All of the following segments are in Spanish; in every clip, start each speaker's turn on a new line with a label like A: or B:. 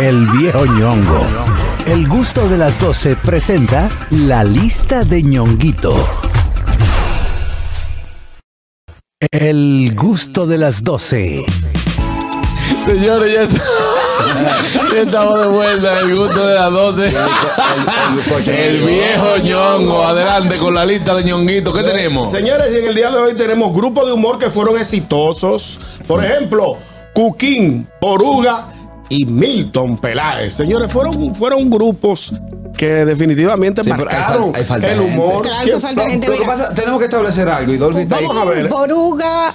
A: El viejo ñongo. El gusto de las 12 presenta la lista de ñonguito. El gusto de las 12.
B: Señores, ya, está- ya estamos de vuelta en el gusto de las 12. El viejo ñongo, adelante con la lista de ñonguitos. ¿Qué tenemos?
C: Señores, y en el día de hoy tenemos grupos de humor que fueron exitosos. Por ejemplo, Cuquín, Poruga y Milton Peláez. Señores, fueron, fueron grupos que definitivamente
B: Sí, pero hay
C: marcaron
B: fal- hay falta
C: el
B: gente.
C: humor.
D: Claro
C: ¿Quién-
D: que falta gente.
E: Lo que pasa, tenemos que establecer algo y Dolby está ahí.
C: Vamos a ver. ¿eh?
D: Boruga,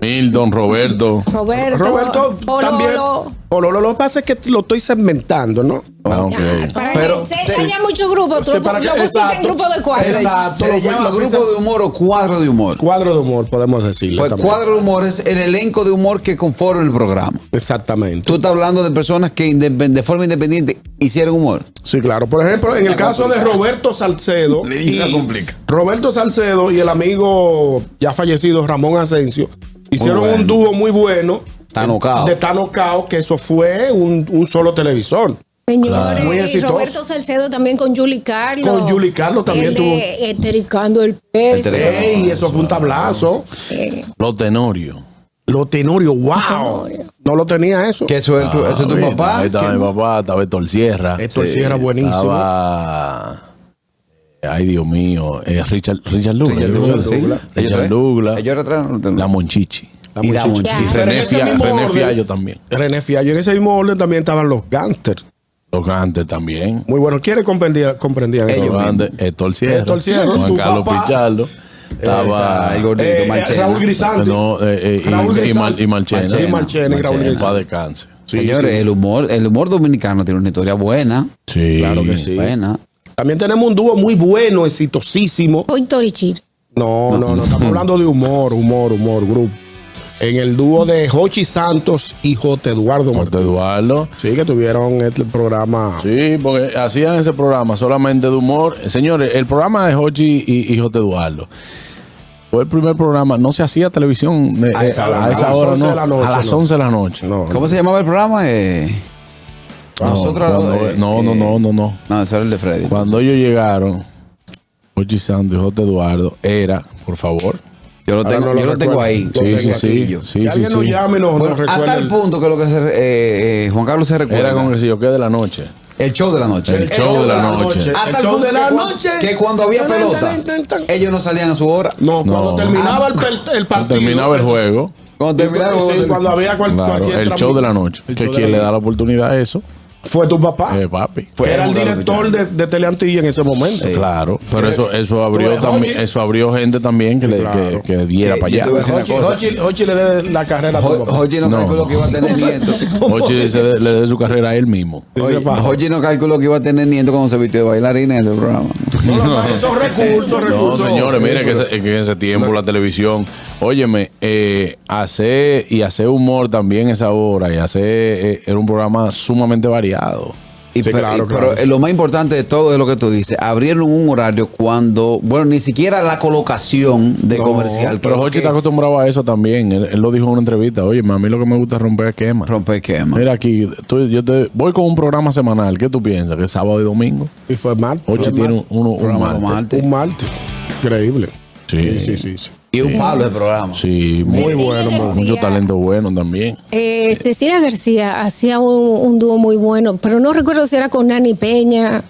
B: Milton, Roberto.
D: Roberto,
C: Roberto
D: Pololo.
C: también. Pololo, lo que pasa es que lo estoy segmentando, ¿no?
B: Ah, ok.
D: Ya, para
E: Pero
D: que,
E: se-
D: se haya muchos grupos, tú
C: se-
D: lo,
C: para que-
D: lo pusiste en
C: exacto.
D: grupo de
E: Se le,
D: cuatro.
C: Exacto,
E: se le
C: lo fue-
E: llama
C: lo
E: grupo
C: hice-
E: de humor o cuadro de humor.
C: Cuadro de humor, podemos decirle.
E: Pues
C: también.
E: cuadro de humor es el elenco de humor que conforma el programa.
C: Exactamente.
E: Tú estás hablando de personas que independ- de forma independiente hicieron humor.
C: Sí, claro. Por ejemplo, en el caso de Roberto Salcedo.
B: Liga
C: y-
B: complica.
C: Roberto Salcedo y el amigo ya fallecido Ramón Asensio hicieron
B: bueno.
C: un dúo muy bueno
E: Tano Cao.
C: de Tano Cao, que eso fue un, un solo televisor.
D: Señores,
C: Muy
D: y
C: exitoso.
D: Roberto Salcedo también con Julie Carlos.
C: Con Julie Carlos también
D: el
C: tuvo-
D: de Estericando el peso.
C: Ey, eso fue un tablazo.
D: Eh,
B: Los Tenorio.
C: Lo Tenorio, wow. No lo tenía eso.
E: Que eso es tu, eso es tu
B: Ah,
E: papá.
B: Ahí estaba
E: que-
B: mi papá, estaba Héctor Sierra.
C: Héctor Sierra, buenísimo.
B: Estaba... Ay, Dios mío. eh, Richard, Richard Douglas.
E: Richard Douglas, sí. Ellos
B: Richard
E: tres.
B: Douglas.
E: Ellos tres.
B: La Monchichi.
C: La
E: y la
C: muchacha.
E: monchis.
D: Pero
C: en
B: René,
C: ese
B: Fia-
C: mismo
B: René
C: orden-
B: Fiallo también.
C: René Fiallo. En ese mismo orden también estaban los gangsters.
B: Los Gantes también.
C: Muy bueno. ¿Quiénes comprendían, comprendían eso?
E: Ellos.
B: Los Gantes. Héctor Sierra.
C: Héctor Sierra,
B: Juan
C: tu
B: Carlos
C: papá.
B: Pichardo.
E: Estaba
B: Estaba...
E: el gordito,
C: Eh,
E: Marchena.
C: Raúl Grisante.
B: No, eh, eh, y-
C: Raúl
B: y,
C: Grisante.
B: Mal- y Marchena.
E: Marchena.
C: Y Marchena y Raúl
B: En paz
C: Grisante.
B: descanse.
C: Sí,
E: Señores,
C: sí.
E: el humor, el humor dominicano tiene una historia buena.
B: Sí.
C: Claro que sí.
E: Buena.
C: También tenemos un dúo muy bueno, exitosísimo.
D: Hoy Torichir.
C: No, no, no, estamos hablando de humor, humor, humor, grupo. En el dúo de Jochi Santos y Jote Eduardo
B: Corte
C: Martínez.
B: Eduardo.
C: Sí, que tuvieron este programa.
B: Sí, porque hacían ese programa solamente de humor. Eh, Señores, el programa de Jochi y, y Jote Eduardo. Fue el primer programa, no se hacía televisión eh, eh, a
C: esa
B: esa,
C: hora, a las
B: hora,
C: 11 de la
B: no.
C: noche,
B: a las
C: no.
B: 11 de la noche.
C: No,
E: ¿Cómo se llamaba el programa? Eh,
B: No,
E: nosotros
B: cuando-
E: eh,
B: no, no,
E: eh,
B: no, no, no.
E: No, ese era el de Freddy.
B: Cuando ellos llegaron, Jochi Santos y Jote Eduardo, era, por favor.
E: Yo lo
C: Ahora
E: tengo,
C: no lo
E: yo lo tengo
C: recuerdo.
E: ahí.
C: Yo
B: Sí,
C: tengo
B: sí,
C: aquí
B: sí.
E: yo.
B: Sí,
C: Que
B: sí,
C: alguien nos
B: sí.
C: llame y nos,
E: Bueno,
C: nos recuerde
E: a tal
C: el-
E: punto que lo que se, eh, eh, Juan Carlos se recuerda.
B: Era con el sillo que de la noche.
E: El show de la noche.
B: El show de la noche.
C: El
E: A tal
C: show
E: punto
C: de la
E: que, cua-
C: noche.
E: que cuando había
C: Tan, tan,
E: pelota,
C: tan, tan, tan.
E: ellos no salían a su hora.
C: No, cuando
B: No.
C: terminaba el, per- el partido.
B: Terminaba el
C: entonces-
B: juego.
E: Cuando terminaba el
C: Sí,
E: juego, se-
C: cuando había cual-
B: Claro,
C: cualquier
B: el
C: tram-
B: show de la noche.
C: El
B: Que
C: show de
B: quien
C: la
B: le da
C: noche.
B: la oportunidad a eso,
C: Fue tu papá.
B: eh, papi.
C: Ah. que era el
E: Eduardo
C: director de, de Teleantilla en ese momento.
B: Claro, pero eso
E: Eh,
B: eso abrió
C: ves,
B: también,
C: Jorge.
B: eso abrió gente también que, le,
C: claro.
B: que, que diera
E: Que
B: para
E: yo
B: allá.
E: te voy a decir una
C: Jochi-
E: cosa.
C: Jochi- Jochi le dé la carrera a tu
E: Jo-
C: papá.
E: Joji no,
B: No.
E: calculó que iba a tener nietos.
B: Ochi se le, le dé su carrera a él mismo.
C: Dice Fajo.
E: Joji no calculó que iba a tener nietos cuando se vistió de bailarina en ese programa.
C: No, no, no, esos recursos,
B: No,
C: recursos.
B: señores, mire que, ese- que en ese tiempo la televisión, óyeme, eh, hacer y hacer humor también esa hora y hacer eh, era un programa sumamente variado.
E: Y
C: Sí,
E: pe-
C: claro,
E: y-
C: claro.
E: Pero eh, lo más importante de todo es lo que tú dices. Abrieron un horario cuando, bueno, ni siquiera la colocación de
C: No,
E: comercial.
B: Pero Jochi
E: Jochi
B: está acostumbrado a eso también. Él, él lo dijo en una entrevista. Oye, a mí lo que me gusta es romper esquemas.
E: rompe esquema.
B: Mira aquí, tú- yo te voy con un programa semanal. ¿Qué tú piensas? ¿Que es sábado y domingo?
C: Y fue mal.
B: Ochi
C: fue
B: tiene
C: mal.
B: un, uno- un
E: Programa normal.
B: martes.
C: Un martes. Increíble.
B: Sí.
C: Sí, sí, sí. sí.
E: Y un palo de programa.
B: Sí, muy
D: Cecilia
B: bueno,
D: García.
B: mucho talento bueno también.
D: Eh, Cecilia García hacía un, un dúo muy bueno, pero no recuerdo si era con Nani Peña.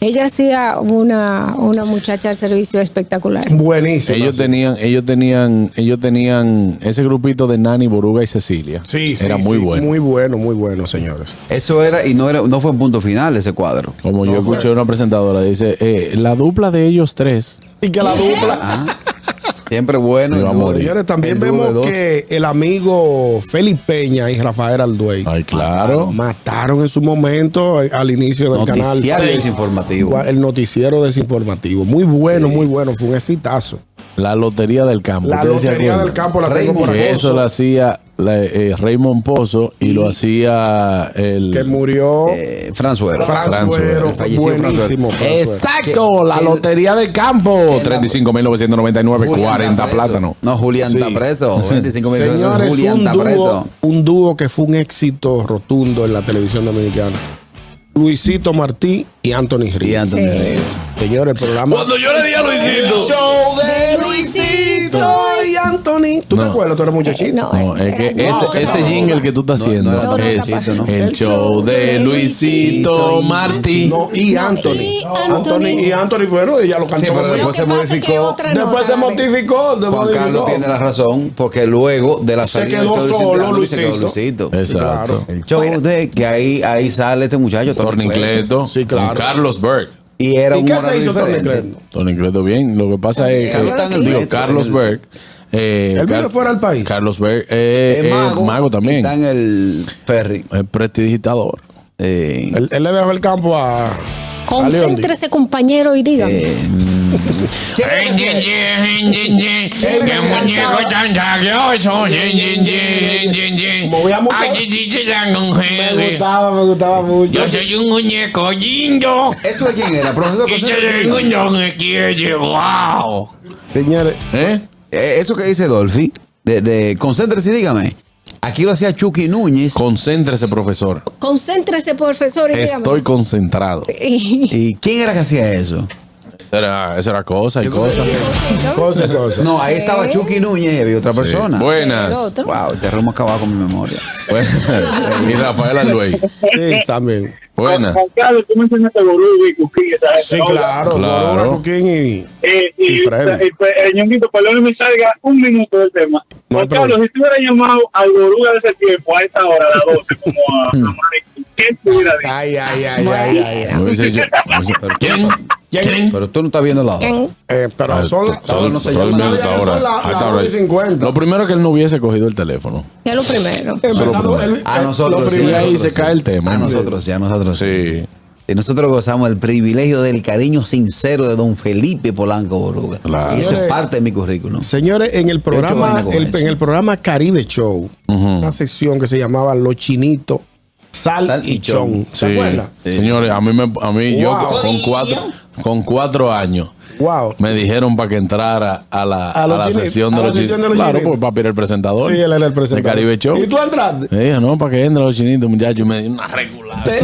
D: Ella hacía una, una muchacha al servicio espectacular.
C: Buenísimo.
B: Ellos tenían, ellos tenían, ellos tenían ese grupito de Nani, Boruga y Cecilia.
C: Sí, sí,
B: Era muy
C: sí.
B: bueno.
C: Muy bueno, muy bueno, señores.
E: Eso era, y no era, no fue un punto final ese cuadro.
B: Como yo escuché una presentadora, dice, eh, la dupla de ellos tres.
C: Y que la dupla.
E: Ah, Siempre bueno.
B: Me va a
E: el dúo.
B: morir.
C: Señores, también
E: El dúo de
C: vemos
E: dos.
C: que el amigo Félix Peña y Rafael Alduey
B: Ay, claro.
C: mataron en su momento eh, al inicio del
E: Noticiario
C: canal. seis.
E: desinformativo.
C: El noticiero desinformativo. Muy bueno, muy bueno. Fue un exitazo.
B: La lotería del campo.
C: La
B: ¿Ustedes se
C: lotería
B: acuerdan?
C: del campo la tengo
E: Raymond,
C: por
B: Que
C: acoso,
B: eso lo hacía la- eh, Raymond Pozo y lo hacía el.
C: que murió
E: Eh, Fran Suero.
C: Fran
E: Fran Suero,
C: Suero,
E: el fallecido Fran Suero.
C: buenísimo. Fran Suero.
B: Exacto, la lotería del campo. 35.999,
E: Julián está
B: 40
E: preso.
B: plátanos.
E: No, Julián está
C: Sí.
E: preso. 25 millones.
C: Señores,
E: Julián
C: un
E: está
C: dúo,
E: preso.
C: un dúo que fue un éxito rotundo en la televisión dominicana. Luisito Martí y Anthony
E: Y
C: Ríos.
E: Anthony
D: Sí.
E: Reyes.
C: Señores, el programa.
B: yo le di a Luisito.
C: show de Luisito y Anthony. ¿Tú te
B: No.
C: acuerdas? Tú eres muchachito.
D: Eh, No,
B: No, es que
D: era-
B: ese,
D: no,
B: ese
D: no.
B: jingle que tú estás
E: No,
B: haciendo
E: no era
D: tan
B: es
D: Luisito, ¿no?
B: el show de Luisito Martí.
C: No, y
D: No,
C: Anthony.
D: y
C: Anthony. Y Anthony, bueno, ella lo
E: Sí,
C: cantó.
E: pero
C: muy bien.
E: después
D: Lo
E: se
D: que pasa es que
E: modificó.
D: otra
C: Después
D: nota,
C: se
D: a ver.
C: mortificó. después
E: Juan Carlos
C: modificó.
E: tiene la razón, porque luego de la
C: Se
E: salida
C: quedó
E: del show de
C: solo
E: Luisito, se quedó
C: Luisito.
E: Luisito.
B: Exacto.
E: El show de que ahí, ahí sale este muchacho,
B: Tony Cleto
C: Sí, claro.
B: con Carlos Berg.
E: Y era
C: ¿Y
E: un
C: qué
E: horario
C: se hizo Tony
E: diferente.
C: Cleto?
B: Tony Cleto bien. Lo que pasa es que
E: Carlos está en el
B: digo,
E: metro,
B: Carlos
E: en el-
B: Berg. eh,
C: Él vive
B: Car-
C: fuera del país.
B: Carlos Berg eh,
E: Es
B: es mago,
E: y
B: también.
E: Está en el ferry.
B: Es prestidigitador.
E: Eh,
C: Él, él le dejó el campo a.
D: Concéntrese, compañero, y dígame.
C: Él me encantaba. Movía mucho. Me gustaba, me gustaba mucho.
F: Yo soy un muñeco lindo.
E: ¿Eso de quién era? Profesor,
F: Y yo
E: profesor,
F: soy
E: profesor.
F: un don quiere. ¡Wow!
C: Señores,
B: ¿Eh?
E: Eh, Eso que dice Dolphy, de, de concéntrese y dígame. Aquí lo hacía Chucky Núñez.
B: Concéntrese, profesor.
D: Concéntrese, profesor, y dígame.
B: Estoy concentrado.
D: Y-
E: ¿Y quién era que hacía eso?
B: Esa era, esa era cosa y
E: Yo creo
B: cosa.
D: y cosito.
C: cosas, cosas.
E: No, ahí estaba
D: ¿Eh?
E: Chucky Núñez y había otra
B: Sí.
E: persona.
D: El
B: Buenas.
D: otro.
E: Wow, te hemos acabado con mi memoria.
B: Buenas. y Rafael Alduey.
C: Sí, también.
B: Buenas.
G: Juan Carlos, tú mencionaste a Borullo y Cuquín, esa gente,
C: Sí,
G: ¿no?
C: claro.
B: Claro.
C: Borona, Coquín y.
G: Eh,
C: Y
G: y,
C: Freddy.
G: eh, pues, eh, Ñonguito, perdón, me salga un minuto del tema.
C: No hay
G: Juan Carlos,
C: problema.
G: si tú hubieras llamado al Boruga de ese tiempo, a esta hora, a las 12, como
C: Hmm.
G: a, a Mari, ¿qué te hubiera dicho?
C: Ay, ay, ay, ay, ay. ay.
B: Me hubiese dicho- me hubiese- ¿Quién? ¿Quién?
E: Pero tú no estás viendo la hora.
D: ¿Quién?
C: Eh, pero son las.
E: todo
C: Son,
E: no se
B: todo el
E: llama.
B: mundo
C: Ya
B: está
C: son
B: ahora.
C: la-
B: Ahí está
C: la
B: ahora.
C: 1:50.
B: Lo primero que él no hubiese cogido el teléfono.
D: Ya lo primero.
C: empezando el-
E: A
C: eh,
E: nosotros.
C: lo
E: sí,
C: primero.
E: a
B: ahí
E: nosotros,
B: se
E: sí.
B: cae el tema.
E: A nosotros, sí, a nosotros.
B: Sí.
E: Y nosotros gozamos el privilegio del cariño sincero de don Felipe Polanco Boruga.
B: Claro.
E: Y eso es
C: Señores,
E: parte de mi currículum.
C: Señores, en el programa,
E: vaina con
C: el-
E: eso.
C: en el programa Caribe Show, una sección que se llamaba Los Chinitos, Sal,
E: Sal
C: y
E: y
C: Chon.
E: Chon.
C: ¿Se
B: Sí.
C: acuerdan?
B: Sí. Señores, a mí, me, a mí yo
C: Wow.
B: con cuatro, con cuatro años
C: Wow.
B: me dijeron para que entrara a la,
C: A
B: a
C: los
B: la
C: chinitos,
B: sesión
C: a
B: de
C: la
B: los
C: sesión
B: chinitos.
C: de los
B: Claro,
C: chinitos.
B: pues papi era el presentador.
C: Sí, él era el
B: De
C: presentador.
B: Caribe Show.
C: ¿Y tú entraste?
B: Me dijo, no, para que entren los chinitos, muchachos. Me di una regular.
C: Te,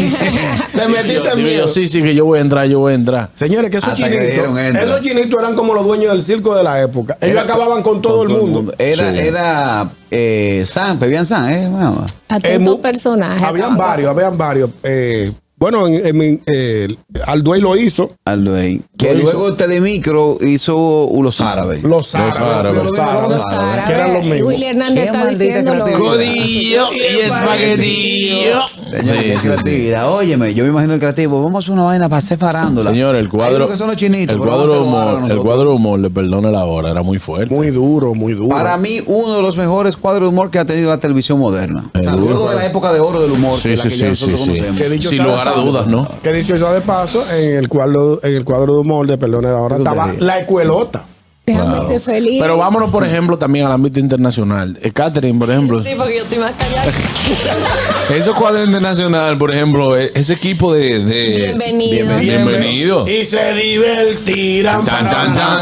C: te
B: Digo,
C: metiste en
B: digo
C: miedo.
B: yo, sí, sí, que yo voy a entrar, yo voy a entrar.
C: Señores, que esos
E: Hasta que
C: chinitos,
E: dijeron, entra.
C: esos chinitos eran como los dueños del circo de la época. Ellos
E: Era-
C: acababan con todo, el mundo.
E: Era,
B: Sí.
E: era eh, San, Pebian San, ¿eh? mamá?
C: Eh,
D: Atento
C: mu-
D: personaje.
C: Habían
D: Pablo.
C: varios, habían varios. Eh, bueno, en, en, en- eh, Alduey lo hizo.
E: Aldo ahí.
C: Lo
E: Que
C: hizo.
E: luego Telemicro hizo Los Árabes.
C: Los árabes.
B: árabes.
C: Los árabes.
D: Los árabes.
C: Que eran los mismos.
D: Willy Hernández
E: Qué
D: está
E: maldita
D: diciéndolo.
E: creatividad.
B: Codillo y espaguetillo.
E: Señores, qué creatividad. Óyeme, yo me imagino el creativo. Vamos a hacer una vaina para hacer farándula.
B: Señor, el
E: Ahí lo
B: cuadro.
E: que son los chinitos,
B: el
E: pero vamos a
B: cuadro
E: hacer los
B: humor,
E: árabes
B: el
E: nosotros.
B: cuadro humor, le perdone la hora, era muy fuerte.
C: Muy duro, muy duro.
E: Para mí, uno de los mejores cuadros de humor que ha tenido la televisión moderna. O sea,
B: Seguro.
E: luego de la época de oro del humor,
B: Sí,
E: que es la
B: sí,
E: que
B: sí,
E: ya nosotros
B: sí, sí.
E: conocemos.
C: Que dicho
B: Sin
C: sea de
B: lugar a
C: paso,
B: dudas, ¿no?
C: Que dicho sea de paso, en el cuadro, en el cuadro de humor de Perdón ahora estaba
E: Brutería.
C: la escuelota.
D: Déjame
B: Claro.
D: ser feliz.
B: Pero vámonos, por ejemplo, también al ámbito internacional. Eh, Catherine, por ejemplo.
D: Sí, porque yo estoy más callada.
B: Esos cuadros internacional, por ejemplo, eh, ese equipo de. de-
D: Bienvenido.
B: bienven- bienvenido.
C: Y se divertirán.
B: Tan, tan, tan.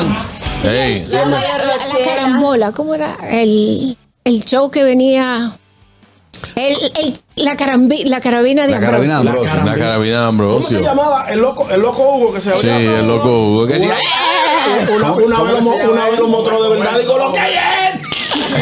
B: Ey,
D: La, la, la carambola, ¿cómo era? El, el show que venía. El, el- la, carambi- la carabina de
E: La carabina
D: Ambrosio.
E: Ambrosio.
B: la carabina de
C: ¿Cómo se
B: Ambrosio.
C: llamaba? El loco, el loco Hugo que se
B: Sí,
C: oía todo,
B: el
C: ¿no?
B: loco Hugo, que decía,
C: Una, una, una, vez lo mo- una vez lo mostró de verdad. Digo, lo que es.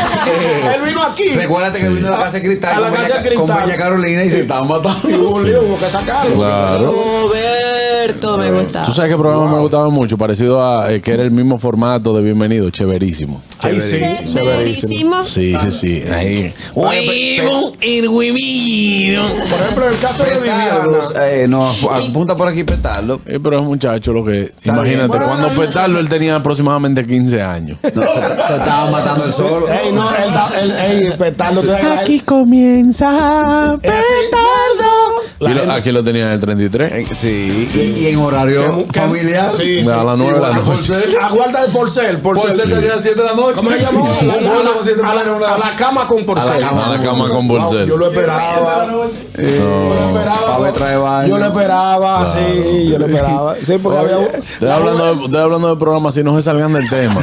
C: Él vino aquí.
E: Recuérdate que vino a la casa de cristal,
C: A la
E: con,
C: Casa
E: Bella,
C: de Cristal.
E: con Bella Carolina y se estaban
C: Y
E: matando.
C: hubo un lío, hubo que sacarlo.
B: Claro.
D: Roberto me gustaba.
B: Tú sabes qué programa me gustaba mucho, parecido a eh, que era el mismo formato de Bienvenido, chéverísimo.
C: Ahí sí, severísimo.
D: Severísimo.
H: Ah,
B: Sí, sí, sí. Ahí.
F: Huevo el huevillo.
C: Por ejemplo, en el caso de Viviana.
E: Petardos, eh, no, apunta por aquí petardo.
B: Eh, pero es un muchacho lo que.
E: bien.
B: imagínate,
E: Bueno,
B: cuando Petardo él tenía aproximadamente 15 años.
E: No, se, se estaba matando el solo.
C: Ey, no, él, da- él, ey, petardo.
B: comienza
C: Petardo.
B: y lo, aquí lo tenía en el 33.
E: En- sí, Y, y en horario
C: Que- que-
E: familiar.
C: Sí, sí.
B: A las 9 de la
E: Igual,
B: noche.
E: Porcel.
C: Aguarda de Porcel.
E: Porcel salía a las 7 de la noche.
C: ¿Cómo se llamó?
E: Un vuelo con siete
C: A la-
E: planes, una-
C: A la cama con Porcel.
E: A la cama.
B: A la cama con
C: Wow,
B: Porcel.
C: yo lo
E: Siete de
C: esperaba.
E: la noche.
C: Eh, yo lo esperaba.
E: Pablo trae baño.
C: Yo lo esperaba, sí, yo lo esperaba. Sí, porque había
B: Estoy hablando, de, estoy hablando de programas si no se salgan del tema.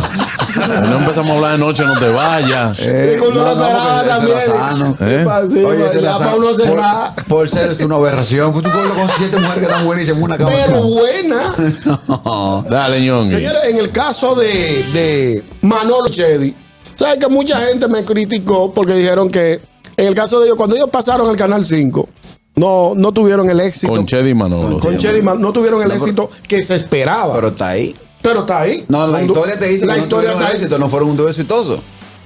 B: Si no empezamos a hablar de noche, no te vayas.
E: Eh,
C: Uno lo esperaba
E: porque ese era
C: también.
E: sano.
B: ¿Eh?
C: Sí,
E: Oye, ese
C: ya
E: era
C: pa'
E: sano.
C: uno cerrar.
E: Por, por ser es una aberración. Pues Tú con con siete mujeres que están buenísimas en una cama.
C: Pero buena.
E: No.
B: Dale, ñongi.
C: Señores, en el caso de, de Manolo Chedi, ¿sabes que mucha gente me criticó porque dijeron que en el caso de ellos, cuando ellos pasaron al Canal 5, no, no tuvieron el éxito.
B: Con Chedi Manolo.
C: Con Chedi, man- no tuvieron el éxito que se
E: Pero
C: esperaba. Pero,
E: está ahí.
C: está ahí.
E: No, la
C: Cuando-
E: historia te dice
C: la
E: que no
C: historia
E: tuvieron
C: está ahí.
E: éxito, no fueron un dúo exitoso.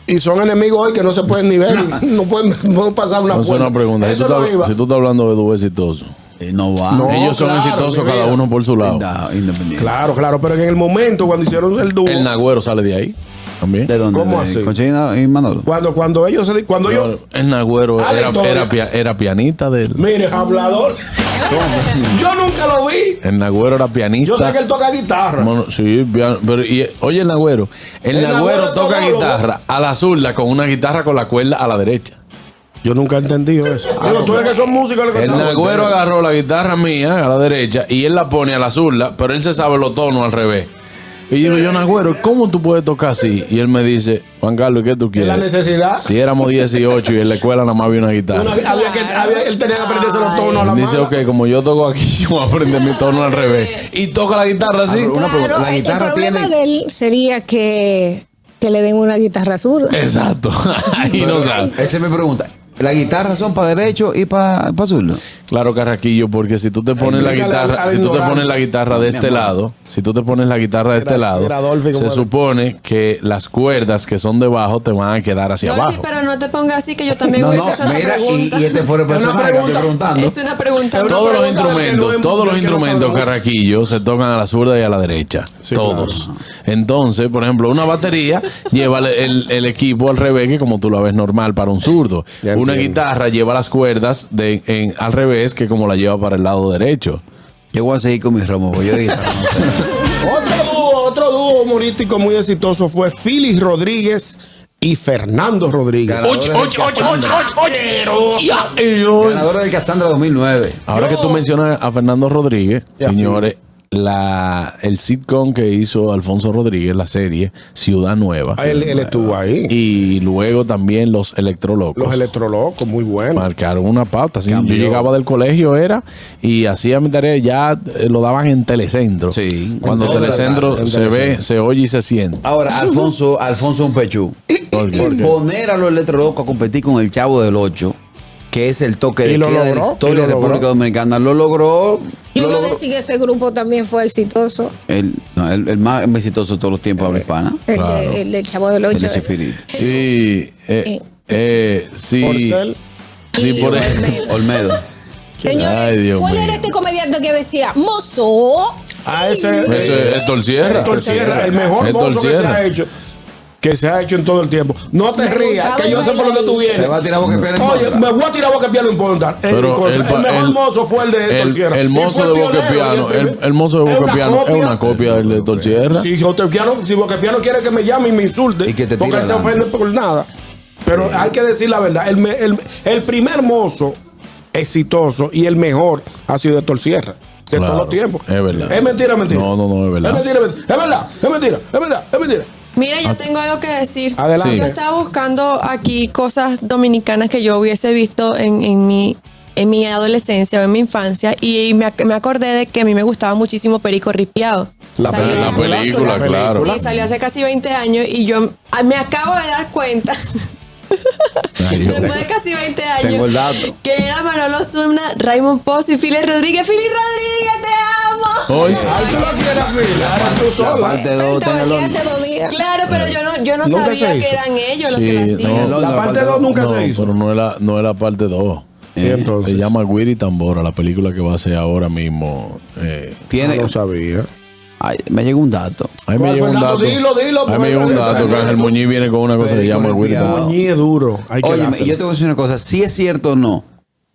C: Y son enemigos hoy que no se pueden ni ver, y no pueden, no pasar una
B: Es
C: puerta.
B: una pregunta. Si tú,
C: Eso no
B: estás,
C: iba.
B: si tú estás hablando de dúo exitoso,
E: Eh, No va.
C: No,
B: ellos son
C: claro,
B: exitosos
C: mi
B: cada
C: vida.
B: uno por su lado.
E: Inda- Independiente.
C: Claro, claro, pero en el momento cuando hicieron el dúo,
B: El Nagüero sale de ahí también.
E: ¿De dónde?
C: ¿Cómo
E: ¿De
C: así?
E: Conchina y Manolo.
C: cuando, cuando ellos se di- cuando
B: No,
C: yo
B: el Nagüero
C: Ah, la
B: era,
C: historia.
B: era pia- era pianista del.
C: mire, hablador, yo nunca lo vi.
B: El Nagüero era pianista.
C: Yo sé que él toca guitarra.
B: Mono- sí, bien, pero y- oye el Nagüero, el,
C: El
B: Nagüero,
C: Nagüero
B: toca
C: todólogo.
B: guitarra a la zurda con una guitarra con la cuerda a la derecha.
C: Yo nunca he entendido eso. Digo, tú eres que son músicos. lo que
B: El
C: estamos-
B: Nagüero agarró la guitarra mía a la derecha y él la pone a la zurda, pero él se sabe los tonos al revés. Y yo digo, yo Nagüero, ¿cómo tú puedes tocar así? Y él me dice, Juan Carlos, ¿qué tú
C: Es la
B: quieres?
C: necesidad.
B: Si éramos 18 y en la escuela nada más había una
C: Uno-
B: guitarra.
C: había que, había- él tenía que aprenderse los tonos a la
B: Él dice,
C: mano.
B: ok, como yo toco aquí, yo voy a aprender mi tono al revés. Y toca la guitarra así.
E: Una pregunta, ¿la guitarra
D: el problema
E: tiene-
D: de él sería que, que le den una guitarra zurda.
B: Exacto. Ahí no sale.
E: Esa es mi pregunta. ¿Las guitarras son para derecho y para pa zurdo?
B: Claro, Carraquillo, porque si tú te pones la
C: explícale
B: guitarra,
C: al- al
B: si tú te
C: ignorante.
B: pones la guitarra de este lado, si tú te pones la guitarra de este lado,
C: era Dolphy como
B: se
C: era.
B: supone que las cuerdas que son debajo te van a quedar hacia
H: Dolphy,
B: abajo.
H: pero no te pongas así que yo también
E: No,
H: hubiese
E: no,
H: hecho esa
E: mira, y,
H: pregunta.
E: y este fuera el
C: Es una
E: personaje que estoy
C: pregunta.
E: preguntando.
H: Es una pregunta.
C: Pero-
B: Todos los
C: pregunta del que no
B: instrumentos,
C: es-
B: todos los
C: del que no sabe
B: instrumentos,
C: música.
B: Carraquillo, se tocan a la zurda y a la derecha. todos. Entonces, por ejemplo, una batería lleva el, el- el equipo al revés, que como tú lo ves normal para un zurdo.
C: Ya
B: una
C: entiendo.
B: guitarra lleva las cuerdas de, en- al revés, que como la lleva para el lado derecho.
E: Yo voy a seguir con mis romos, porque yo de guitarra no sé.
C: Otro dúo, otro dúo humorístico muy exitoso fue Philly Rodríguez y Fernando Rodríguez.
E: Ganadora
F: Ocho,
E: del
F: ocho, ocho, ocho,
E: Casandra.
F: ocho, ocho. Ya.
E: Ganadora del Casandra 2009.
B: Ahora que tú mencionas a Fernando Rodríguez, señores, la, el sitcom que hizo Alfonso Rodríguez, la serie Ciudad Nueva,
C: Ah, él, él estuvo ahí.
B: y pues, luego también Los Electrolocos.
C: los electrolocos, muy buenos.
B: Marcaron una pauta. así, yo llegaba del colegio, era, y hacía mi tarea, ya eh, lo daban en Telecentro.
E: Sí.
B: Cuando
E: En toda la
B: Telecentro
E: tarde, en Ah,
B: se ve, se oye y se siente.
E: Ahora, Alfonso, Alfonso Unpechú. Poner a los electrolocos a competir con el Chavo del 8, que es el toque
C: Y
E: de
C: lo
E: queda de la
C: logró, y
E: historia
C: lo
E: de la República
C: logró.
E: Dominicana. Lo logró.
D: Yo
E: lo
D: puedo
E: logró.
D: decir que ese grupo también fue exitoso.
E: El, no, el- el más exitoso de todos los tiempos habla hispana.
D: El,
B: Claro.
D: de- el del Chavo del
E: El
D: Ocho.
E: espíritu.
B: Sí, eh,
D: Eh.
B: eh, sí,
C: Porcel.
B: sí, por
E: Olmedo.
D: Señores,
B: Ay, Dios
D: ¿cuál
B: mío.
D: era este comediante que decía, mozo?
C: A ese,
B: Eso es Héctor Sierra.
C: Eh, Héctor Sierra, el mejor
B: Héctor
C: mozo que se
B: Sierra.
C: ha hecho. Que se ha hecho en todo el tiempo. No te
D: Me
C: rías,
D: gustaba
C: que yo sé por lo que tú
E: Te
C: vienes.
E: va a tirar boca y pierna en
C: Oye,
E: contra.
C: me voy a tirar boca y piano en contra. El,
B: Pero
C: contra.
B: el
C: el,
B: pa-
C: mejor
B: el-
C: mozo fue el de Héctor
B: El,
C: Sierra.
B: el
C: Y fue
B: mozo de Boca
C: pionero,
B: Piano,
C: y
B: el,
C: primer-
B: el mozo de
C: es
B: Boca
C: una
B: Piano es
C: copia.
B: una copia del de Torchera.
C: Si Boca Piano, si Boca Piano quiere que me llame y me insulte,
E: Y que te
C: porque
E: tire
C: él se
E: adelante.
C: ofende por nada. Pero hay que decir la verdad. El, me- el- el primer mozo exitoso y el mejor ha sido Héctor Sierra. De
B: Claro,
C: todos los tiempos.
B: es verdad.
C: Es mentira, es mentira.
B: No, no, no, es verdad.
C: Es mentira, es mentira. Es verdad, es mentira, es verdad, es mentira.
H: Mira, yo tengo algo que decir.
C: Adelante.
H: Yo estaba buscando aquí cosas dominicanas que yo hubiese visto en, en mi en mi adolescencia o en mi infancia y me, ac- me acordé de que a mí me gustaba muchísimo Perico Ripiado.
C: La
H: Salió
C: película,
H: hace-
B: la película, claro.
H: Sí, salió hace casi 20 años y yo ah, me acabo de dar cuenta,
B: Ay, yo-
H: después de casi 20 años,
E: Tengo el dato.
H: que era Manolo Zuna, Raymond Pozo y Fili Rodríguez. ¡Fili Rodríguez, te amo!
B: Oye,
C: Ay, tú no quieres, Phil. Ahora tú
E: La
C: sola.
E: parte
D: Él
E: 2
D: estaba aquí hace dos días.
H: Claro, pero yo no, yo no
C: Nunca
H: sabía
C: se hizo.
H: que eran ellos los que lo
B: sí,
H: hacían.
B: no,
C: La parte 2 nunca
B: no,
C: se hizo.
B: pero no es la, no es la parte 2.
C: Y
E: Eh,
C: entonces.
B: Se llama Guiri Tambora, la película que va a ser ahora mismo. eh,
E: Tiene.
C: No lo sabía.
E: Ay, me llegó un dato.
B: ahí me
C: ¿Cuál
B: llegó
C: fue
B: un
C: el dato?
B: dato.
C: Dilo, dilo,
B: ahí me llegó un
C: porque-
B: dato que Ángel Muñiz viene con una cosa que se llama Guiri Tambora.
E: Perico
C: Moñé duro. Hay que
E: Oye,
C: dárselo.
E: yo te voy a decir una cosa. Si es cierto o no.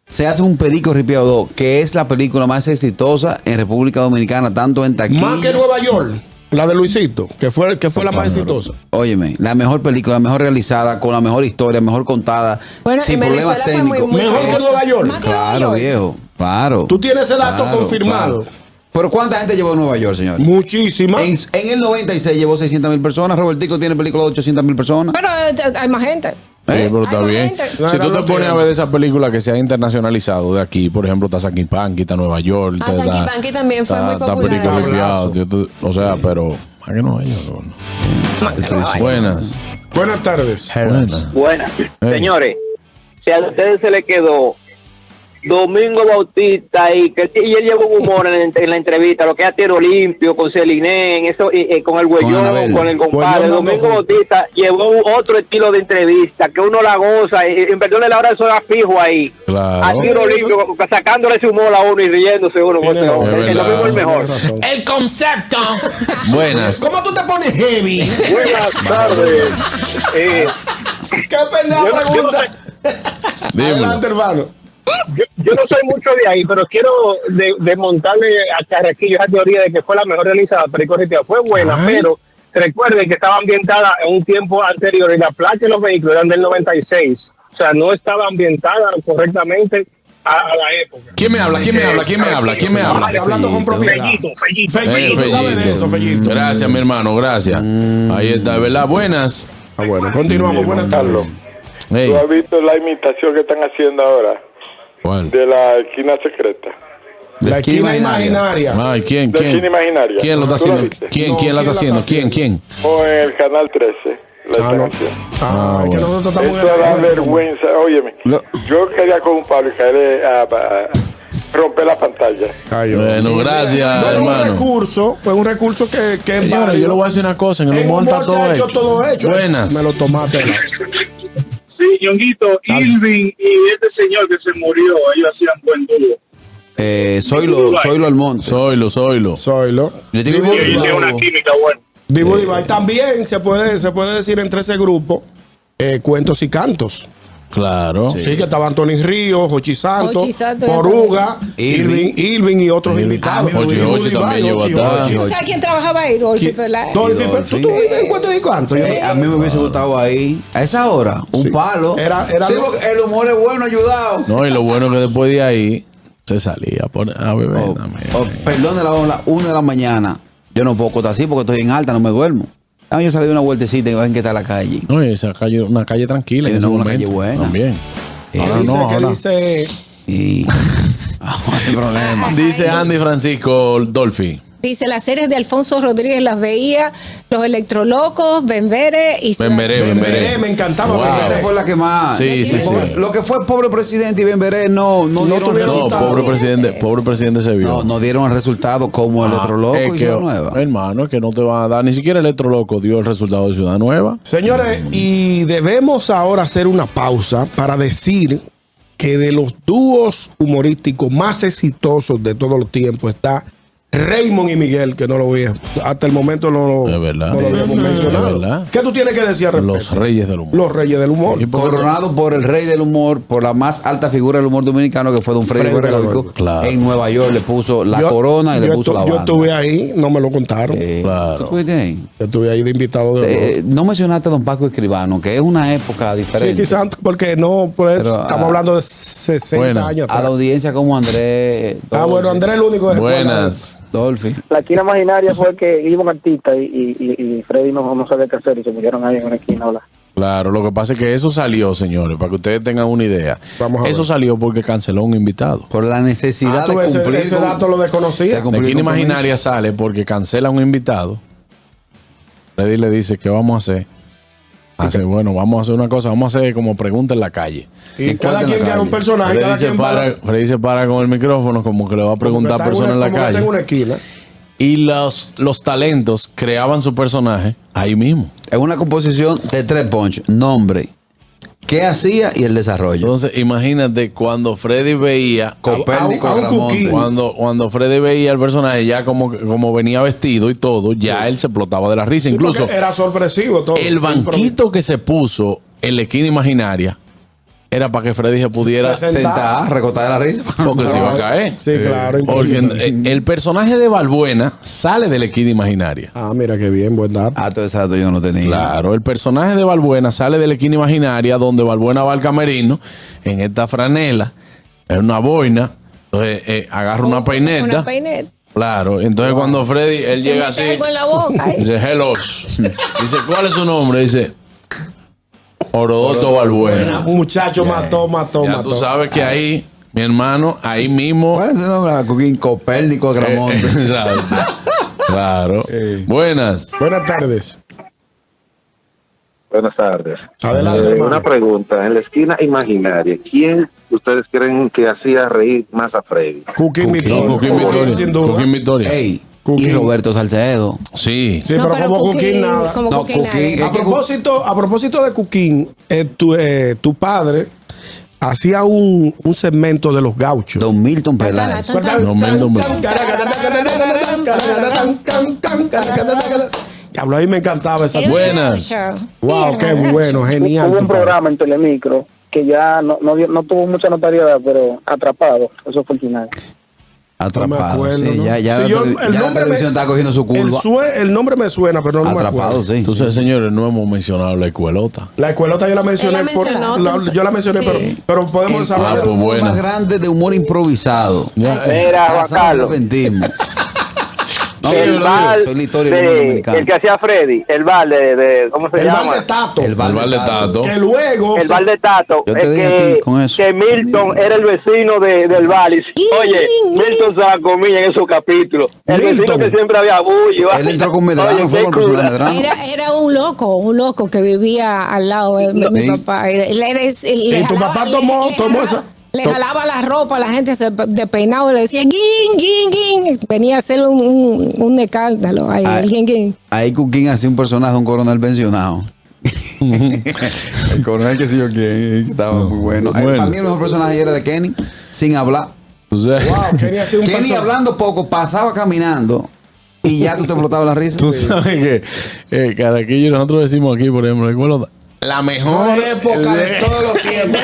E: se hace un Perico Ripiado 2, que es la película más exitosa en República Dominicana, tanto en taquilla.
C: Más que Nueva York, la de Luisito, que fue, que fue la más exitosa.
E: Óyeme, la mejor película, mejor realizada, con la mejor historia, mejor contada,
H: Bueno,
E: sin
H: en Venezuela
E: problemas
H: fue muy-
E: técnicos.
H: muy
C: Mejor que
H: famosa.
C: Nueva York.
D: Más que Nueva
E: Claro,
D: York.
E: viejo, claro.
C: Tú tienes ese dato
E: Claro,
C: confirmado.
E: claro. Pero ¿cuánta gente llevó a Nueva York, señor?
C: Muchísimas.
E: En, en el 96 llevó 600 mil personas. Robertico tiene películas de 800 mil personas.
D: Pero eh, hay más gente.
B: Sí, Eh, pero está
D: Hay
B: bien.
D: gente.
B: Si tú te pones a ver de esas películas que se han internacionalizado de aquí, por ejemplo, está Sakin Panky, está Nueva York.
H: Ah,
B: está-
H: Sakin
B: está-
H: Panky también fue
B: está-
H: muy
B: está
H: popular.
B: Perico
H: Abrazo.
B: Ripiado, tío, tú- O sea, pero. ¿A qué no hay? Buenas.
C: Buenas tardes.
B: Buenas.
I: Buenas. Señores, si a ustedes se le quedó Domingo Bautista y que y él llevó un humor en, en la entrevista, lo que es a tiro limpio, con Celinén, eso, y- y con el
E: Anabel.
I: güeyón, con el compadre.
C: Güellón dando
I: Domingo
C: fu-
I: Bautista llevó un- otro estilo de entrevista, que uno la goza, y, y en verdad la hora eso era fijo ahí.
B: Claro.
I: A tiro limpio, sacándole ese humor a uno y riéndose uno. con
C: Tiene
I: otro.
B: razón.
I: el domingo es
B: Es
I: mejor.
C: Tienes razón.
F: El concepto.
B: Buenas.
C: ¿Cómo tú te pones heavy?
I: Buenas tardes. Eh,
C: ¿Qué pendeja
I: Yo no- yo no
C: pregunta?
B: Dime.
C: Adelante, hermano.
I: yo, yo no soy mucho de ahí, pero quiero de- desmontarle a Carraquillo esa teoría de que fue la mejor realizada, Perico Ripiao. Fue buena, pero recuerden que estaba ambientada en un tiempo anterior y la placa y los vehículos eran del 96. O sea, no estaba ambientada correctamente a, a la época.
B: ¿Quién me habla? ¿Quién me habla? ¿Quién me habla? ¿Quién me
C: Ay,
B: habla?
C: hablando con propiedad.
I: Fellito, Fellito.
B: Eh,
C: Fellito, tú sabes de eso, Fellito.
B: Fellito. Gracias, mi hermano, gracias.
H: Mm.
B: Ahí está, ¿verdad? Buenas.
C: Ah, bueno, continuamos. Buenas tardes.
B: Ey,
J: ¿Tú has visto la imitación que están haciendo ahora
B: ¿Cuál?
J: de la esquina secreta?
C: La esquina imaginaria.
B: Ay, ¿quién?
J: La esquina
B: ¿Quién?
J: imaginaria.
B: ¿Quién lo está
J: ¿Tú la
B: haciendo?
J: viste?
B: ¿Quién?
C: No,
B: ¿Quién la está haciendo? ¿Quién? ¿Quién?
J: O en el canal 13. La
C: Ah, no.
J: imitación.
C: Ah,
B: Ah,
C: es que
B: bueno.
C: nosotros estamos
J: Eso da
C: en el-
J: vergüenza. Óyeme,
E: Lo-
J: yo quería con Pablo y caerle a, a- romper la pantalla.
C: Ay, Dios.
B: Bueno, gracias,
C: Bueno, un
B: hermano.
C: recurso, pues un recurso que, que es
B: Señores,
C: válido.
B: yo le voy a decir una cosa, en el
C: En
B: humor está
C: humor se ha
B: todo
C: hecho
B: hecho.
C: todo hecho.
B: Buenas.
C: Me lo tomaste.
G: Sí, Ñonguito, Irving y este señor que se murió, ellos hacían buen dúo.
E: Eh, Soylo, Soylo Almonte.
B: Soylo, soylo.
C: Soylo.
E: Yo tengo
G: Y ellos tienen una
E: un
G: química buena.
C: Divo Diva. Y también se puede, se puede decir entre ese grupo eh, cuentos y cantos.
B: Claro.
C: Sí, que estaban Tony Ríos, Jochi Santos,
D: Jochi Santos,
C: Poruga, Irving.
E: Irving.
C: Irving y otros invitados.
B: Ah, Jochi,
C: Divo
B: Jochi
C: Diva,
B: también
C: Jochi,
B: llegó a
C: Jochi.
D: ¿Tú sabes quién trabajaba ahí? Dolphy Peláez.
C: Dolphy, pero ¿Tú tuviste en cuentos y cantos?
E: Eh, a mí me hubiese gustado ahí, a esa hora, un
C: Sí.
E: palo.
C: Era- era
E: Sí,
C: lo-
E: porque el humor es bueno, ayudado.
B: No, y lo bueno que después de ahí se salía a, poner, a beber.
E: O-
B: también.
E: o, Oh, perdón de la hora, una de la mañana. Yo no puedo estar así porque estoy en alta, no me duermo. Ah, yo salí de una vueltecita y ven que está la calle.
B: No, y esa calle, una calle tranquila.
E: Y
B: en
E: no,
B: ese
E: una
B: momento
E: calle buena.
B: También.
E: Eh,
C: ¿Qué
B: Ahora
C: dice?
B: no,
C: ¿Qué
B: ahora.
C: dice?
E: Y. Ah, no hay problema.
B: Dice Andy Francisco Dolphy.
D: Dice, las series de Alfonso Rodríguez las veía, Los Electrolocos, Bembere y...
B: Bemberé,
C: Bemberé,
B: Bemberé.
C: me encantaba
B: Wow.
C: porque
E: Esa fue la que más.
B: Sí, sí, sí.
E: Lo que fue pobre presidente y Benveré no, no,
C: No
E: dieron
C: tuvieron
B: No,
E: resultado.
B: pobre presidente, pobre presidente se vio.
E: No, no dieron el resultado como el otro loco
B: Ah, Es
E: y
B: que,
E: Ciudad Nueva.
B: Hermano, es que no te va a dar. Ni siquiera Electro Loco dio el resultado de Ciudad Nueva.
C: Señores, y debemos ahora hacer una pausa para decir que de los dúos humorísticos más exitosos de todos los tiempos está Raymond y Miguel, que no lo veía. Hasta el momento no,
B: Es verdad.
C: no lo habíamos
B: Es
C: mencionado.
B: verdad.
C: ¿Qué tú tienes que decir al respecto?
B: Los Reyes del Humor.
C: Los Reyes del humor.
B: Y por-
E: Coronado por el rey del humor, por la más alta figura del humor dominicano que fue Don Freddy
C: Freddy
E: Guerrero.
C: Guerrero.
B: Claro.
E: En Nueva York le puso la
C: Yo-
E: corona y le
C: yo
E: puso
C: estu-
E: la
C: Yo
E: banda.
C: estuve ahí, no me lo contaron.
E: Eh,
B: Claro.
E: ¿tú estuviste ahí?
C: Yo estuve ahí de invitado de honor.
E: Eh, no mencionaste a Don Paco Escribano, que es una época
C: Sí,
E: diferente.
C: quizás porque no, pues,
E: Pero,
C: estamos
E: ah,
C: hablando de 60
B: bueno,
C: años.
E: a la
C: atrás.
E: audiencia como Andrés.
C: Ah, bueno, Andrés es el único. de-
B: Buenas.
E: Dolphy.
I: La esquina imaginaria fue que iba un artista y, Freddy no, sabía qué hacer y se miraron ahí en una esquina
B: Claro, lo que pasa es que eso salió, señores, para que ustedes tengan una idea.
C: Vamos a
B: eso
C: ver.
B: salió porque canceló un invitado.
E: Por la necesidad
C: Ah, tú
E: de
C: ves,
E: cumplir.
C: ese, ese
E: con-
C: dato lo desconocía.
E: de
B: La
E: cumplir
B: esquina
E: compromiso.
B: imaginaria sale porque cancela un invitado. Freddy le dice, ¿qué vamos a hacer? Hace, bueno, vamos a hacer una cosa, vamos a hacer como pregunta en la calle.
C: Y
E: ¿En
C: cada
E: cuánto en
C: quien
E: la
C: gana un
E: calle?
C: personaje,
B: Freddy
C: cada
B: se,
C: quien
B: para,
C: va-
B: Freddy se para con el micrófono como que le va a preguntar a
C: como que está
B: personas en
C: una-
B: la
C: como que está
B: calle.
C: en una esquina.
B: Y los, los talentos creaban su personaje ahí mismo.
E: Es una composición de tres punch. Nombre, qué hacía y el desarrollo.
B: Entonces, imagínate cuando Freddy veía,
E: Copérnico
C: a un- a un
E: Agramonte.
C: cuquín.
B: cuando, cuando Freddy veía al personaje ya como, como venía vestido y todo, ya él se explotaba de la risa.
C: Sí,
B: Incluso
C: porque era sorpresivo todo.
B: el banquito que se puso en la esquina imaginaria era para que Freddy se pudiera
E: Se sentaba, recotar la risa. Ah,
B: Porque se iba a caer.
C: Ah, Sí, claro,
B: Porque eh,
C: imposible.
B: el, el personaje de Balbuena sale de la equidad imaginaria.
C: Ah, mira qué bien, buen dato.
E: Ah, todo ese dato yo no lo tenía.
B: Claro, el personaje de Balbuena sale de la esquina imaginaria donde Balbuena va al camerino en esta franela, en una boina, entonces eh, agarra una peineta.
D: Una peineta.
B: Claro, entonces cuando Freddy, él
D: Se
B: llega
D: mete
B: así,
D: algo en la boca, ¿eh?
B: dice, hello. dice, ¿cuál es su nombre? Dice, Orodoto Balbuena.
C: Un muchacho mató, mató,
B: Ya
C: mató.
B: tú sabes que ahí, mi hermano, ahí mismo... eh,
E: ¿Cuál es el nombre? Ah, Coquín Copérnico Gramonte.
B: Exacto. Claro. Buenas.
C: Buenas tardes.
K: Buenas tardes.
C: Adelante,
K: Eh,
C: hermano.
K: una pregunta. En la esquina imaginaria, ¿quién ustedes creen que hacía reír más a Freddy?
C: Cookie Mitorio.
B: Coquín Victoria.
C: sin duda.
B: Coquín Victoria.
E: Ey,
C: Cookie.
E: y Roberto Salcedo.
B: Sí.
C: Sí,
D: No,
C: pero,
D: pero
C: como
D: Cookie,
C: Cookie nada.
D: como
E: No,
D: Cookie nada.
E: Cookie,
C: A propósito, a propósito de Cuquín, eh, tu, eh, tu padre hacía un, un segmento de los gauchos.
E: Don Milton
D: Tantana,
E: Peláez.
D: tantana.
B: No, men, don-
C: Diablo, ahí me encantaba esa.
D: Era
B: Buenas.
D: mucho.
C: Wow,
D: Era
C: qué
D: mucho.
C: bueno, genial.
I: Hubo
C: tu
I: un
C: padre.
I: programa en Telemicro que ya no, no, dio- no tuvo mucha notariedad, pero atrapado. Eso fue el final.
E: Atrapado.
C: No me acuerdo,
E: sí,
C: ¿no?
E: ya, ya,
C: Sí,
E: la
C: yo-
E: tele- ya la
C: nombre
E: televisión
C: me-
E: está cogiendo su
C: el
E: curva.
C: sue- El, nombre me suena, pero no, no me acuerdo.
E: Atrapado, sí.
B: Entonces, señores, no hemos mencionado la escuelota.
C: La escuelota yo la mencioné.
H: Él la
C: por-
H: mencionó,
C: la-
H: tanto-
C: yo la mencioné,
H: sí.
C: pero, pero podemos
E: el
C: hablar.
B: cuerpo,
E: cuadro
C: de-
B: bueno.
E: más grande de humor improvisado.
B: Ya, eh,
I: Era Juan
E: Casa del
I: Carlos.
E: Adventismo. No, yo
I: el
E: lo
I: bal
E: digo, soy la historia
I: de-
E: del mundo dominicano.
I: el que hacía Freddy, el bal de, de- ¿cómo se
C: El
I: llama?
C: mal de Tato.
E: El
B: el Val de Tato.
C: Que luego.
I: el
C: se-
I: bal de Tato,
E: Yo
I: es
E: te dije a ti
I: que,
E: con eso.
I: que Milton era el vecino de, del Val. y- Oye, Milton se la comía en esos capítulos. El
C: Milton.
I: vecino que siempre había bullo.
E: Él entró con Medrano,
I: Oye,
E: fue
I: qué
E: con el personal
I: cura.
E: Medrano.
D: Era, era un loco, un loco que vivía al lado de mi, mi
E: Sí.
D: papá. Y, le des- y le
C: Y tu
D: jalaba-
C: papá
D: le-
C: tomó-
D: le
C: tomó esa-
D: jalaba- Le
C: to-
D: jalaba la ropa, la gente se despeinaba y le decía guin, guin, guin. Venía a hacer un, un, un escándalo ahí,
E: Ah.
D: el guin, guin.
E: Ahí Cuquín hacía un personaje de un coronel pensionado. el coronel que sí yo quién estaba muy bueno. Ay,
B: Bueno.
E: Para mí el mejor personaje era de Kenny, sin hablar.
B: o sea,
C: Wow, Kenny hacía un
E: Kenny
C: paso-
E: hablando poco, pasaba caminando y ya tú te explotabas la risa.
B: Tú sabes que, eh, Caraquillo, nosotros decimos aquí, por ejemplo, la escuelota. La mejor
E: Mejor época de todos los tiempos.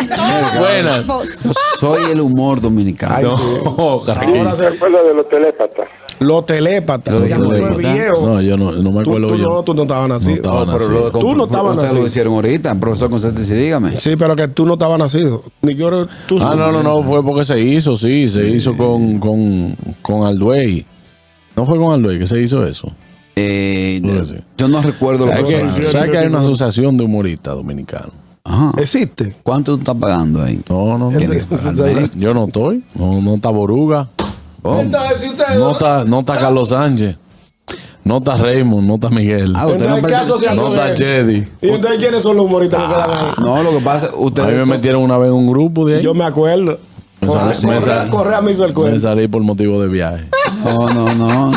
B: Buenas.
E: Yo soy el humor dominicano.
C: Ay, sí.
B: No, Caraquillo.
C: Ahora
J: ¿Se
C: se-
J: acuerda de los telépatas?
C: Los telépatas.
E: Los
C: ya no soy
E: telépatas.
C: viejo.
B: No, yo no, no me
C: Tú,
B: acuerdo
C: tú
B: yo.
C: no, tú no estabas
B: No
C: nacido.
B: estaba
C: No, pero
B: nacido.
C: lo- tú no estabas
E: Ustedes lo
C: nacido.
E: hicieron ahorita, profesor Constante, sí, dígame.
C: Sí, pero que tú no estabas nacido. Ni yo, era- tú
B: Ah,
C: sí.
B: no, no, no, fue porque se hizo, sí, se hizo con, con, con Alduey. No fue con Alduey que se hizo eso.
E: Eh,
B: Puede ser.
E: yo no recuerdo los
B: ¿Sabes que,
E: personajes.
B: sabes que hay una asociación de humoristas dominicanos?
E: Ajá.
C: Existe.
E: ¿Cuánto tú estás pagando ahí?
B: No, no,
E: Tienes que
B: no.
E: pagar más.
B: Yo no estoy. No, no está Boruga.
E: Oh.
C: Entonces, si ustedes-
B: No está, no está Carlos Sánchez. No está Raymond, no está Miguel.
E: Ah, usted
C: Entonces,
E: no
C: ¿qué
E: pertenece-
C: asociación
B: No está
C: es?
B: Jedi.
C: ¿Y entonces quiénes son los humoristas que quedan ahí?
E: No, lo que pasa,
B: A mí me
E: ustedes son-
B: metieron una vez en un grupo de ahí.
C: Yo me acuerdo.
B: Me
C: Correa,
B: sal- me
C: Correa-
B: sal-
C: Correa me hizo el
B: me
C: cuento.
B: salí por motivo de viaje.
E: No, no, no.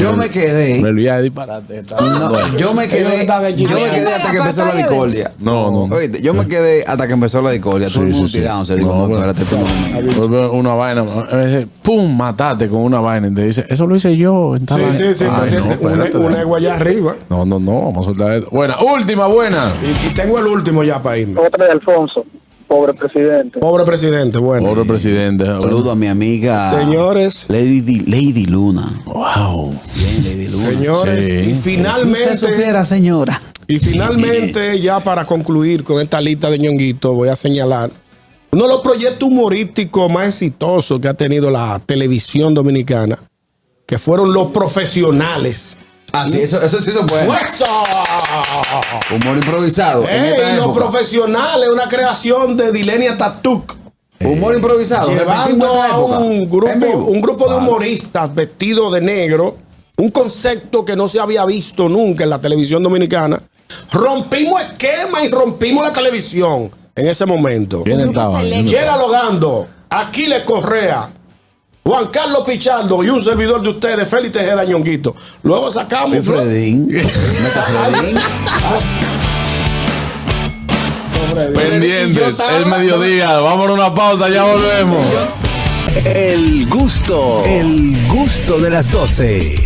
E: Yo me quedé.
B: El viaje disparate. estaba
E: No,
B: bueno.
E: yo me
C: Ellos
E: quedé.
C: estaban en
E: Yo me
C: Chile.
E: quedé hasta que empezó la discordia.
B: No, no, no.
E: Oíste, yo me quedé hasta que empezó la discordia.
B: Sí,
E: Todo el mundo
B: sí, sí.
E: tirándose. Digo,
B: No,
E: no,
B: bueno.
E: espérate, tú no me metas.
B: Pues veo Una vaina, a veces, pum, matate con una vaina. Y te dice, eso lo hice yo. en tal
C: Sí,
B: vaina.
C: sí, sí.
B: Ay,
C: porque
B: no,
C: un-
B: espérate.
C: un ego allá arriba.
B: no, no, no, vamos a soltar esto. Buena, última, buena.
C: Y, y tengo el último ya para irme.
I: Otra de Alfonso, pobre presidente.
C: Pobre presidente, bueno.
B: Pobre presidente.
E: Saludo a mi amiga.
C: Señores,
E: Lady, Lady Luna.
B: Wow.
E: Bien, Lady Luna.
C: señores,
B: Sí.
C: y
E: Si usted
C: finalmente,
E: supiera, señora.
C: y finalmente, ya para concluir con esta lista de ñonguito, voy a señalar uno de los proyectos humorísticos más exitosos que ha tenido la televisión dominicana, que fueron los profesionales.
E: Ah, sí, eso, eso sí se puede.
C: ¡Eso!
E: Humor improvisado. en esta
C: ¡Ey, los
E: época.
C: profesionales! Una creación de Dilenia Tatuk.
E: Humor improvisado.
C: llevando
E: repetimos esta
C: a
E: época.
C: un
E: En
C: grupo,
E: vivo.
C: un grupo de
E: Vale.
C: humoristas vestidos de negro, un concepto que no se había visto nunca en la televisión dominicana. Rompimos esquema y rompimos la televisión en ese momento.
B: ¿Quién estaba?
C: Yera Logando, Aquiles Correa, Juan Carlos Pichardo y un servidor de ustedes, Félix Tejeda Ñonguito. Luego
E: Soy
C: sacamos... Ah.
E: Fredín. Meta Fredín.
B: Pendientes, el mediodía. Vámonos a una pausa, ya volvemos.
A: El gusto, el gusto de las 12.